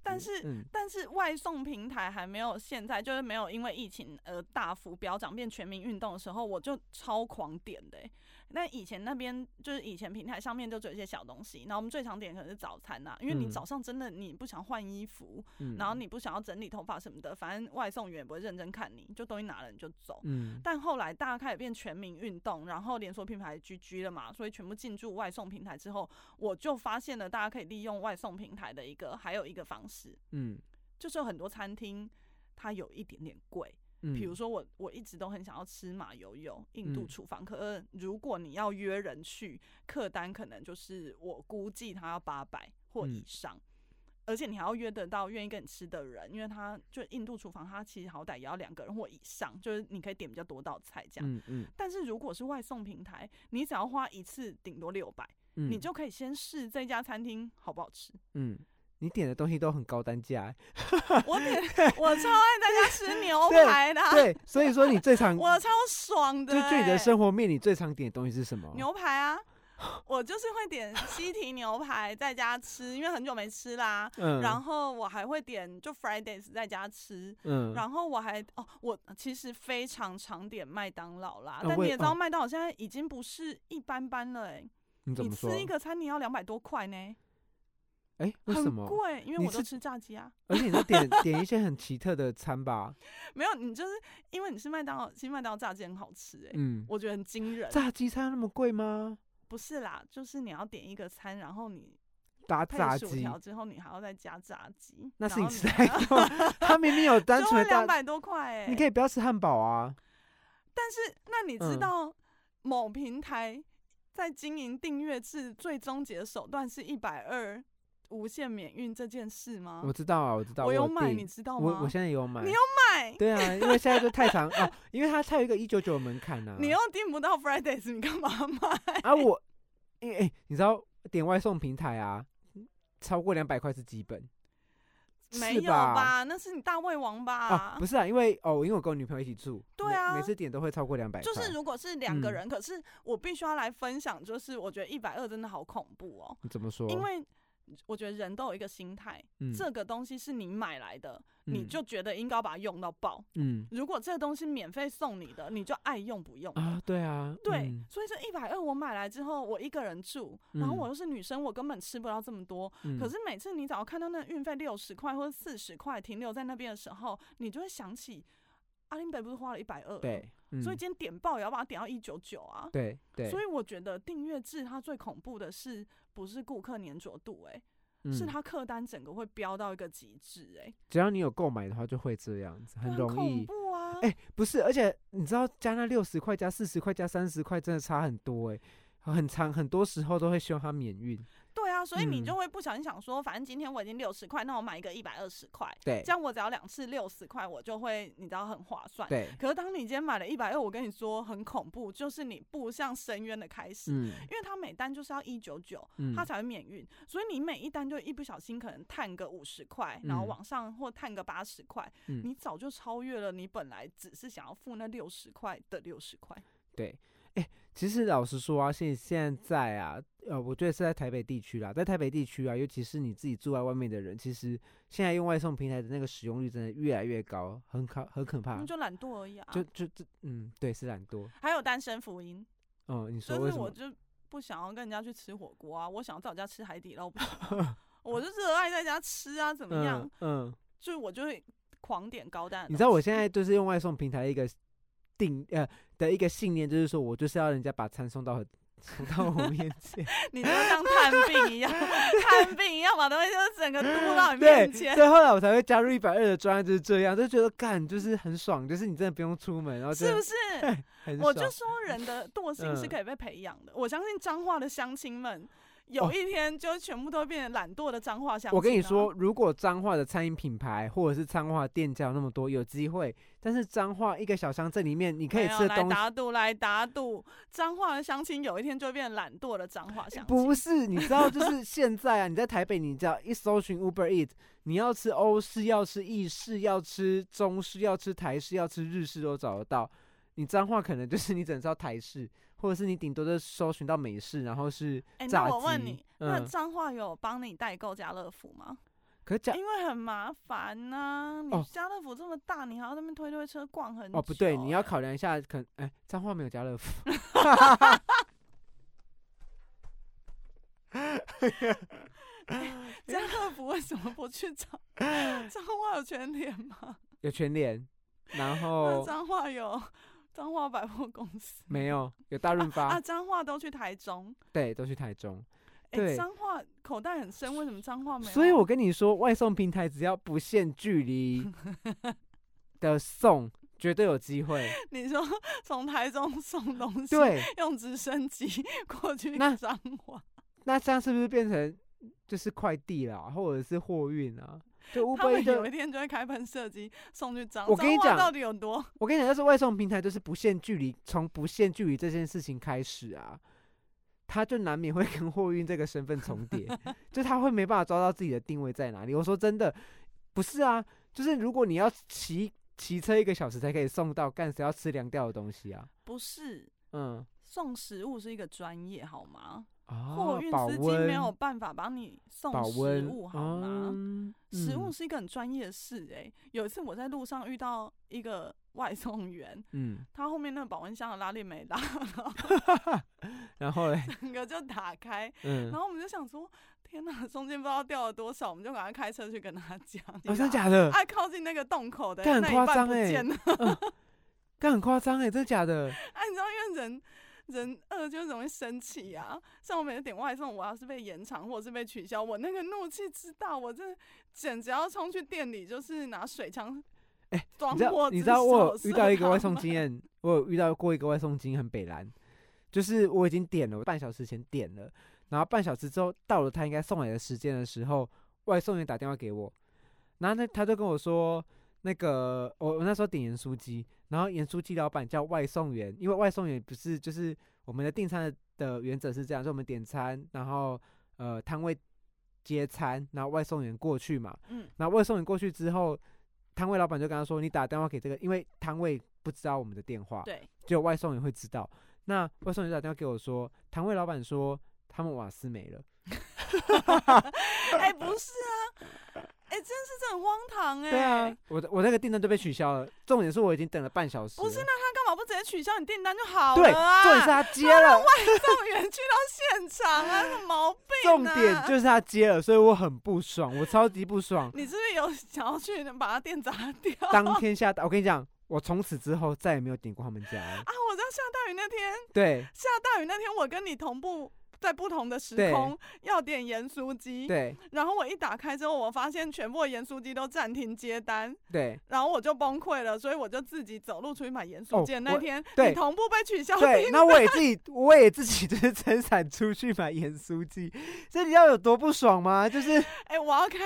但是嗯，但是外送平台还没有现在就是没有因为疫情而大幅飙涨变全民运动的时候，我就超狂点的欸、那以前那边就是以前平台上面就只有一些小东西，然后我们最常点可能是早餐啊呐、因为你嗯早上真的你不想换衣服，嗯然后你不想要整理头发什么的，反正外送员也不会认真看你，就东西拿了你就走。嗯但后来大家开始变全民运动，然后连锁品牌 GG 了嘛，所以全部进驻外送平台之后，我就发现了大家可以利用外送平台的一个还有一个方式，嗯就是有很多餐厅它有一点点贵，嗯，比如说我我一直都很想要吃马油油印度嗯厨房，可是如果你要约人去，客单可能就是我估计它要八百或以嗯上。而且你还要约得到愿意跟你吃的人，因为它就印度厨房，它其实好歹也要两个人或以上，就是你可以点比较多道菜这样。嗯嗯，但是如果是外送平台，你只要花一次顶多六百、0嗯你就可以先试这家餐厅好不好吃。嗯，你点的东西都很高单价 欸，我点我超爱在家吃牛对排的啊，对，所以说你 最常我超爽的、就欸。就你的生活面，你最常点的东西是什么？牛排啊，我就是会点西提牛排在家吃，因为很久没吃啦。嗯，然后我还会点就 Fridays 在家吃。嗯，然后我还哦，我其实非常常点麦当劳啦，啊但我你也也知道哦麦当劳现在已经不是一般般了、欸，你怎你么说？吃一个餐你要两百多块呢，哎，为什很么？贵，因为你我都是吃炸鸡啊。而且你都点点一些很奇特的 餐吧？没有，你就是因为你是麦当劳，其实麦当劳炸鸡很好吃哎、嗯，我觉得很惊人。炸鸡餐那么贵吗？不是啦，就是你要点一个餐，然后你打配炸薯鸡，条之后，你还要再加炸鸡，那然是你后吃还 太要多了。 他明明有单 就纯会的两大，百多块哎、你可以不要吃汉堡啊。但是那你知嗯道某平台在经营订阅制最终结手段是一百二无限免运这件事吗？我知道啊，我知道，我有买，订你知道吗？我我现在也有买，你有买，对啊，因为现在就太长啊，因为它它有一个一九九门槛呐、啊。 你又订不到 Fridays，你干嘛买？ 啊我，因为、哎你知道点外送平台啊，超过两百块是基本。没是有吧吧？那是你大胃王吧？啊，不是啊，因为哦，因为我跟我女朋友一起住，对每啊每次点都会超过两百，就是如果是两个嗯人，可是我必须要来分享，就是我觉得一百二真的好恐怖哦，你怎么说？因为我觉得人都有一个心态，嗯这个东西是你买来的，你嗯就觉得应该要把它用到爆。嗯如果这个东西免费送你的，你就爱用不用。啊，对啊，对，嗯所以这一百二我买来之后，我一个人住，然后我又是女生，我根本吃不到这么多。嗯可是每次你只要看到那运费六十块或者四十块停留在那边的时候，你就会想起阿林北不是花了一百二，对，嗯所以今天点爆也要把它点到一九九啊。对对，所以我觉得订阅制它最恐怖的是不是顾客粘着度、欸？是嗯它客单整个会飙到一个极致、欸，只要你有购买的话，就会这样子，哎，很容恐易。怖啊！哎、不是，而且你知道加那六十块、加四十块、加三十块，真的差很多哎、很长，很多时候都会希望它免运。对啊，所以你嗯就会不小心想说，反正今天我已经六十块，那我买一个一百二十块，对这样我只要两次六十块，我就会你知道很划算。对，嗯可是当你今天买了一百二，我跟你说很恐怖，就是你步向深渊的开始，嗯因为它每单就是要一九九，嗯它才会免运，所以你每一单就一不小心可能探个五十块，然后嗯往上或探个八十块，嗯你早就超越了你本来只是想要付那六十块的六十块。对。哎、其实老实说啊，现现在啊，呃，我觉得是在台北地区啦，在台北地区啊，尤其是你自己住在外面的人，其实现在用外送平台的那个使用率真的越来越高，很可很可怕那。就懒惰而已啊。就就这，嗯，对，是懒惰。还有单身福音，哦，你说就为是什我么？就不想要跟人家去吃火锅啊，我想要在我家吃海底捞不行 吗，我就热爱在家吃啊，怎么样？嗯嗯，就是我就会狂点高蛋。你知道我现在就是用外送平台的一个定呃的一个信念，就是说我就是要人家把餐送到很送到我面前，你就像探病一 样，探病一样把东西就是整个嘟到你对，面前 所。以后来我才会加入一百二的专案，就是这样，就觉得干就是很爽，就是你真的不用出门，然后真是的不是？ 很爽。我就说人的 惰性是嗯可以被培养的。我相信彰化的乡亲们，有一天就全部都变成懒惰的彰化乡亲啊、哦我跟你说，如果彰化的餐饮品牌或者是彰化的店家有那么多，有机会。但是彰化一个小乡镇里面，你可以没有吃的来东西打赌，来打赌，彰化的相亲有一天就会变懒惰的彰化相亲。不是，你知道，就是现在啊，你在台北，你只要一搜寻 Uber Eat，你要吃欧式，要吃意式，要吃中式，要吃台式，要吃日式都找得到。你脏话可能就是你只能知道台式，或者是你顶多就搜寻到美式，然后是哎、炸那鸡。我问你，那嗯彰化有帮你代购家乐福吗？可是家因为很麻烦呐、啊哦你家乐福这么大，你还要在那边推推车逛很久、哦不对，你要哎考量一下，可能哎，彰化没有家乐福，家乐福为什么不去 找彰化有全联吗？有全联，然那后彰化有彰化百货公司哦没有有大润发啊，，彰化都去台中，对，都去台中。哎、对彰化口袋很深，为什么彰化没有？所以我跟你说，外送平台只要不限距离的送，绝对有机 会。 你说从台中送东西，对，用直升机 过去那彰化，那这样是不是变成就是快递啦，或者是货运啊？就他 Uber 们 Eats 就有一天就会开喷射机送去彰。我跟你彰化讲到底有多？ 我跟你讲，要是外送平台就是不限距离，从不限距离这件事情开始啊，他就难免会跟货运这个身份重 叠，就他会没办法抓到自己的定位在哪里。我说真的，不是啊，就是如果你要骑骑车一个小时才可以送到，干谁要吃凉掉的东西啊？不是嗯，送食物是一个专业好吗？货哦运，保司机没有温，办法帮你送保食温物好吗？嗯食物嗯是一个很专业的事哎、有一次我在路上遇到一个外送员， 嗯，他后面那个保温箱的拉链没拉，然后嘞， 整个就打开，嗯然，后我们就想说，天哪，中间不知道掉了多少，我们就赶快开车去跟他讲。哦，真的假的？啊，靠近那个洞口的干那很一夸半张不欸见了。干很夸张哎，真的假啊，的？你知道，因为人人饿就容易生气啊。像我每次点外送，我要是被延长或者是被取消，我那个怒气之大，我真的简直要冲去店里，就是拿水枪，哎装你知道货你之知道我手有遇射到一个他外送们经验，我有遇到过一个外送经验很北蓝，就是我已经点了，我半小时前点了，然后半小时之后到了他应该送来的时间的时候，外送员打电话给我，然后呢他就跟我说。那个我我那时候点盐酥鸡，然后盐酥鸡老板叫外送员，因为外送员不是就是我们的订餐的原则是这样，就我们点餐，然后呃摊位接餐，然后外送员过去嘛，嗯，然后外送员过去之后，摊位老板就跟他说：“你打电话给这个，因为摊位不知道我们的电话，对，只有外送员会知道。”那外送员就打电话给我说，摊位老板说他们瓦斯没了。哎、不是啊，哎、真是这很荒唐哎、对啊，我的我那个订单就被取消了。重点是我已经等了半小时了。不是，那他干嘛不直接取消你订单就好对，了重点是啊？他接了，送员去到现场啊，什么毛病、啊？。重点就是他接了，所以我很不爽，我超级不爽你是不是有想要去把他店砸掉？啊当天下 大，我跟你讲，我从此之后再也没有点过他们家了。啊，我知道下大雨那天， 对下大雨那天，我跟你同步在不同的时对空，要点盐酥鸡。对然后我一打开之后，我发现全部的盐酥鸡都暂停接单，对，然后我就崩溃了，所以我就自己走路出去买盐酥哦鸡的。那我天、你对同步被取消对，订那我也自己，我也自己 就是撑伞出去买盐酥鸡，这你要有多不爽吗？就是哎、我要开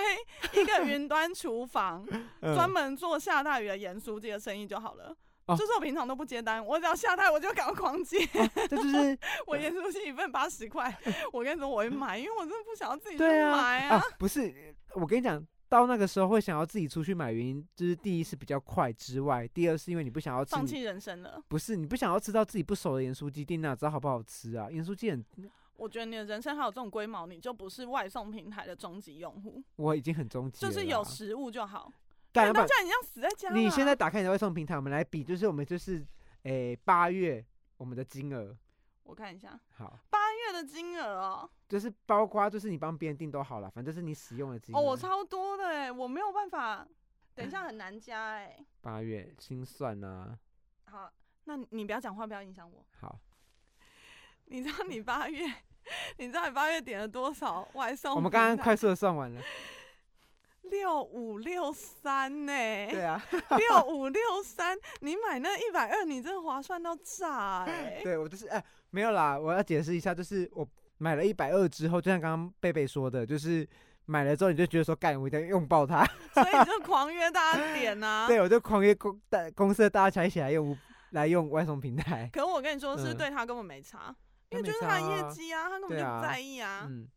一个云端厨房，专嗯，门做下大雨的盐酥鸡的生意就好了。哦就是我平常都不接单，我只要下单我就赶快狂接。这就是我盐酥鸡一份八十块，我跟你说我会买，因为我真的不想要自己去嗯对啊买啊，不是，我跟你讲，到那个时候会想要自己出去买，原因就是第一是比较快之外，第二是因为你不想要吃放你，弃人生了。不是你不想要吃到自己不熟的盐酥鸡店，哪知道好不好吃啊？盐酥鸡很，我觉得你的人生还有这种龟毛，你就不是外送平台的终极用户，我已经很终极了就啦，是有食物就好。干干到啊要不然这样，你像死在家啦。你现在打开你的外送平台，我们来比，就是我们就是诶八、月我们的金额我看一下好。八月的金额哦，就是包括就是你帮别人订都好了，反正就是你使用的金额。哦，我超多的哎，我没有办 法，等一下很难加哎。八月心算啊，好，那你你不要讲话，不要影响我。好，你知道嗯你八月，你知道你八月点了多少外送平台？我们刚刚快速的算完了。六五六三呢，对 啊，六五六三，你买那一百二，你真的划算到炸哎、对我就是哎、没有啦，我要解释一下，就是我买了一百二之后，就像刚刚贝贝说的，就是买了之后你就觉得说干，我一定要用爆它，所以你就狂约大家点啊。对我就狂约公大公司的大家一起来用来用外送平台，可我跟你说，是嗯对他根本没差，因那为没就是差他的业啊绩啊，他根本对就啊不在意啊。嗯。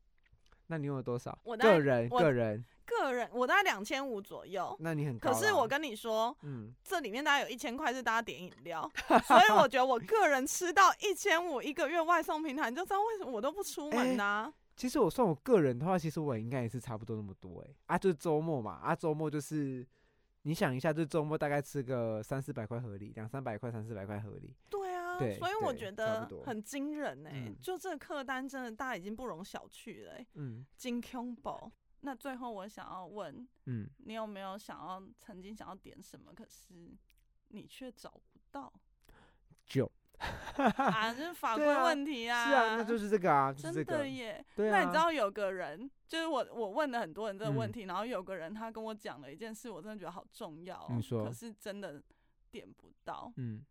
那你用了多少？我大概个人我个人，个人我大概两千五左右，那你很高可啦。是我跟你说，嗯，这里面大概有一千块是大家点饮料，所以我觉得我个人吃到一千五一个月外送平台，你就知道为什么我都不出门哎呐、其实我算我个人的话，其实我应该也是差不多那么多哎、啊，就是周末嘛，啊周末就是你想一下，就是周末大概吃个三四百块合理，两三百块、三四百块合理。对啊，对所以我对觉差得不多很惊人哎、嗯就这个客单真的大家已经不容小觑了、欸，嗯金 combo。那最后我想要问，嗯，你有没有想要曾经想要点什么，可是你却找不到酒、啊？这是法规对啊问题是啊，那就是这个啊，就是这真个的。耶。对啊，那你知道有个人，就是我我问了很多人这个问嗯题，然后有个人他跟我讲了一件事，我真的觉得好重要、哦。你说可是真的点不到，嗯，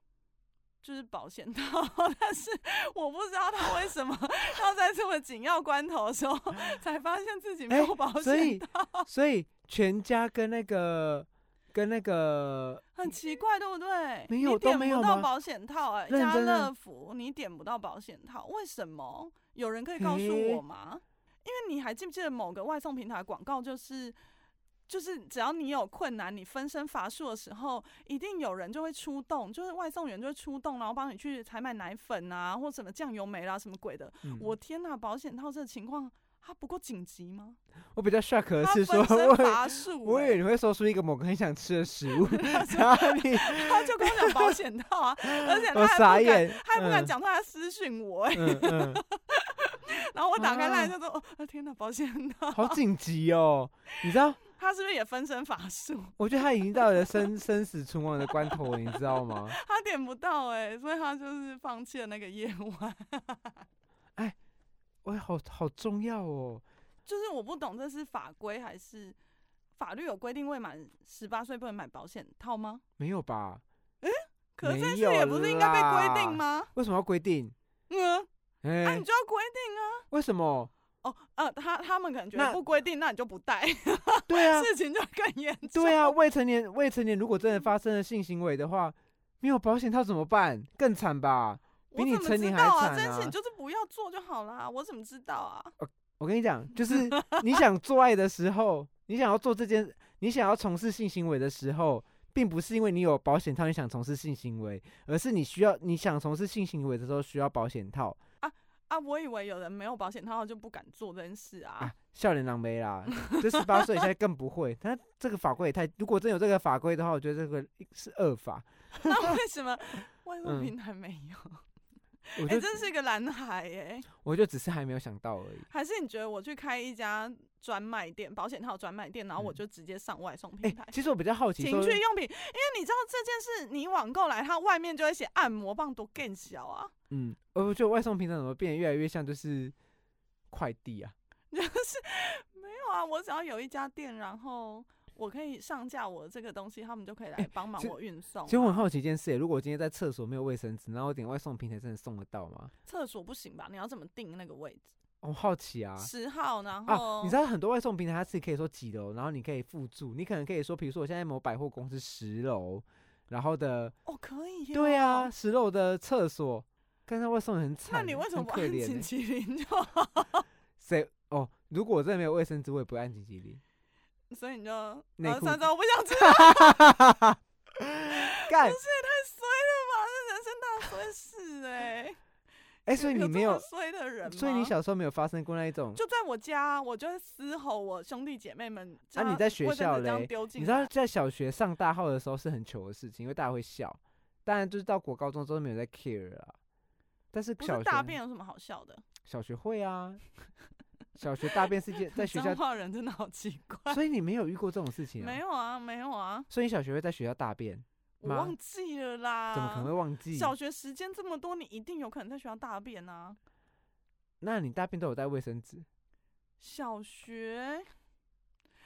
就是保险套， 但是我不知道他为什么要在这么紧要关头的时 候才发现自己没哎有保所险以套，所以全家跟那个跟那个很奇怪，对不对？嗯没你有都点没有不到吗保险套、哎，认家真啊乐福你点不到保险套，为什么？有人可以告诉诶我吗？因为你还记不记得某个外送平台广告就是。就是只要你有困难，你分身乏术的时候，一定有人就会出动，就是外送员就会出动，然后帮你去采买奶粉啊，或什么酱油梅啦、什么鬼的。嗯我天呐，保险套这个情况，它不够紧急吗？我比较 shock 的它呃是说，分 我身以乏术、我以欸为你会说出一个某个很想吃的食 物，然后你他就跟我讲保险套 啊，而且他还不我傻敢，眼，他还不敢嗯讲出来，他私讯我、 欸，嗯嗯，然后我打开啊赖就说，哦，天哪，保险套，好紧急哦！你知道，他是不是也分身乏术？ 我觉得他已经到了生生死存亡的关头了，你知道吗？他点不到哎、所以他就是放弃了那个夜晚。 喂，好好重要哦。就是我不懂这是法规还是法律有规定未满十八岁不能买保险套吗？没有吧？可是这件没有事也不是应该被规定吗？为什么要规定？嗯，哎、那、你就要规定啊。为什么？哦，呃，他他们可能觉那得不规定，那你就不带，对啊，事情就更严重。对啊，未成年未成年如果真的发生了性行为的话，没有保险套怎么办？更惨吧？我比你怎么成知年还道啊惨这件啊事你就是不要做就好啦，我怎么知道啊？我跟你讲，就是你想做爱的时候，你想要做这件，你想要从事性行为的时候，并不是因为你有保险套你想从事性行为，而是你需要你想从事性行为的时候需要保险套啊，我以为有人没有保险套就不敢做这件事啊啊。。笑脸狼 狈啦，这十八岁以下更不会。他这个法规也太，如果真有这个法规的话，我觉得这个是恶法。那 为什么 外啊嗯送平台没有？我哎、就、真是一个蓝海哎、我就只是还没有想到而已。还是你觉得我去开一家专卖店，保险套专卖店，然后我嗯就直接上外送哎、平台？其实我比较好奇情说，趣用品，因为你知道这件事，你网购来，它外面就会写按摩棒多更小啊， 嗯，我觉得外送平台怎么变得越来越像就是快递啊？就是没有啊。我只要有一家店，然后我可以上架我这个东西，他们就可以来帮忙这我运送啊、哎其实我很好奇一件事耶，如果我今天在厕所没有卫生纸，然后我点外送平台，真的送得到吗？厕所不行吧？你要怎么定那个位置？我好奇啊十、号，然后、啊！你知道很多外送平台它自己可以说几楼，然后你可以附注，你可能可以说，比如说我现在某百货公司十楼，然后的哦，可以、对啊，，十楼的厕所，但是外送人很惨哦那耶，你为什么很不可按怜锦耶？麒麟就好？ 谁哦？如果我真的没有卫生纸，我也不会按紧急铃。所以你就内呃，裤算子算，我不 想知道， 干太衰了吧？这人生大衰事哎、 哎，所以你有没这么有，衰的人吗？所以你小时候没有发生过那一种，就在我家，我就会嘶吼我兄弟姐妹们。啊你这样在学卫生校纸这样嘞丢你进知道来在小学上大号的时候是很糗的事情，因为大家会笑。当然，就是到国高中之后没有在 care 了啊。但是不小是学大便有什么好笑的？小学会啊，小学大便是一 件在学彰校，化人真的好奇怪。所以你没有遇过这种事情、啊，没有啊，没有啊，所以你小学会在学校大便，我吗忘记了啦。怎么可能会忘记？啊小学时间这么多，你一定有可能在学校大便啊。那你大便都有带卫生纸？小学，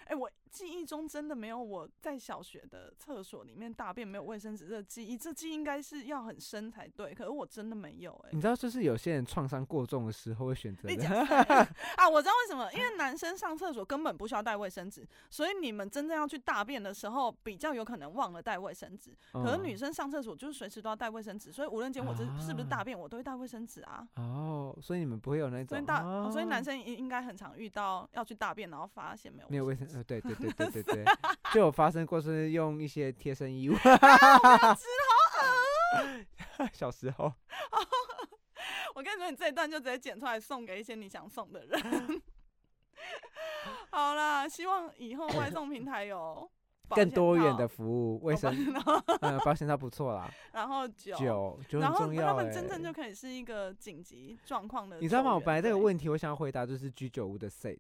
哎、我记忆中真的没有我在小学的厕所里面大便没有卫生纸这个记忆，这记忆应该是要很深才对，可是我真的没有哎、你知道，就是有些人创伤过重的时候会选择你的讲谁 啊，我知道为什么，因为男生上厕所根本不需要带卫生纸，所以你们真正要去大便的时候，比较有可能忘了带卫生纸。可是嗯女生上厕所就是随时都要带卫生纸，所以无论今天我这是不是啊大便，我都会带卫生纸啊。哦，所以你们不会有那所以种，大，所以男哦生应应该很常遇到要去大便，然后发现没有没有卫卫生生，呃，对对对对对对，就有发生过是用一些贴 身衣物， 纸，好恶小时候。我我跟你说，你这一段就直接剪出来送给一些你想送的人。 好啦，希望以后外送平台 有保更险多元套的服务，哦卫保生险套呃保险套不错啦，然后酒，酒酒然很后重他要们哎。真正就可以是一个紧急状况的救援。你知道吗？我本来这个对问题我想要回答就是居酒屋的 set，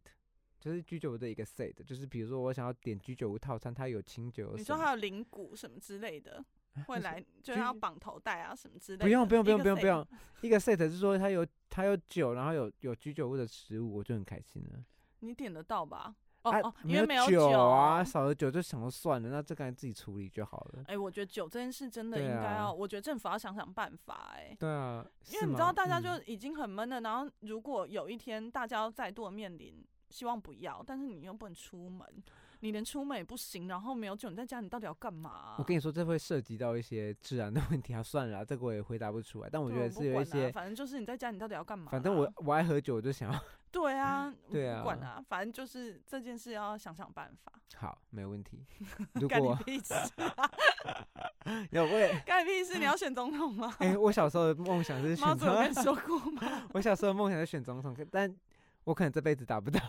就是居酒屋的一个 set，就是比如说我想要点居酒屋套餐，它有清酒有什么，你说还有灵骨什么之类的，会那是来就就是要绑头带啊什么之类的。不用不用不一用个不用不 set 用，一个 set 是说它有它有酒，然后有有居酒屋的食物，我就很开心了。你点得到吧？哦、啊哦，因没为有没有酒啊，啊少了酒就想说算了，那这个自己处理就好了。哎、我觉得酒这件事真的对应该啊要，我觉得政府要想想办法、哎，对啊，因为是你知道吗大家就嗯已经很闷了，然后如果有一天大家要再度的面临，希望不要，但是你又不能出门，你连出门也不行，然后没有酒，你在家你到底要干嘛啊、我跟你说，这会涉及到一些治安的问题啊。算了啊，这个我也回答不出来。但我对觉得是有一不管啊啊些，反正就是你在家你到底要干 嘛啦？反正我我爱喝酒，我就想要对啊，对我不管啊啊，反正就是这件事要想想办法。好，没 问题。如干你果屁事！有我也干你屁事！你要选总统吗？哎、我小时候的梦想是猫选子，我跟 总你，说过吗？ 我小时候的梦想是选总统，可但我可能这辈子达不到，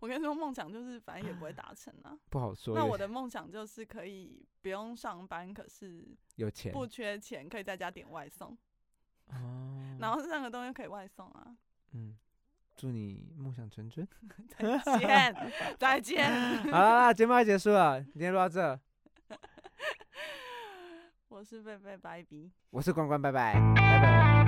我跟你说，梦想就是反正也不会达 成啊。不好说。那有我的梦想就是可以不用上班，可是有钱不缺钱，可以在家点外送，哦，然后任何东西可以外送啊。 嗯，祝你梦想成真。再见，再见，好啦啦，节目要结束了，今天录到这，我是贝贝白比。我是关关，拜拜，拜拜。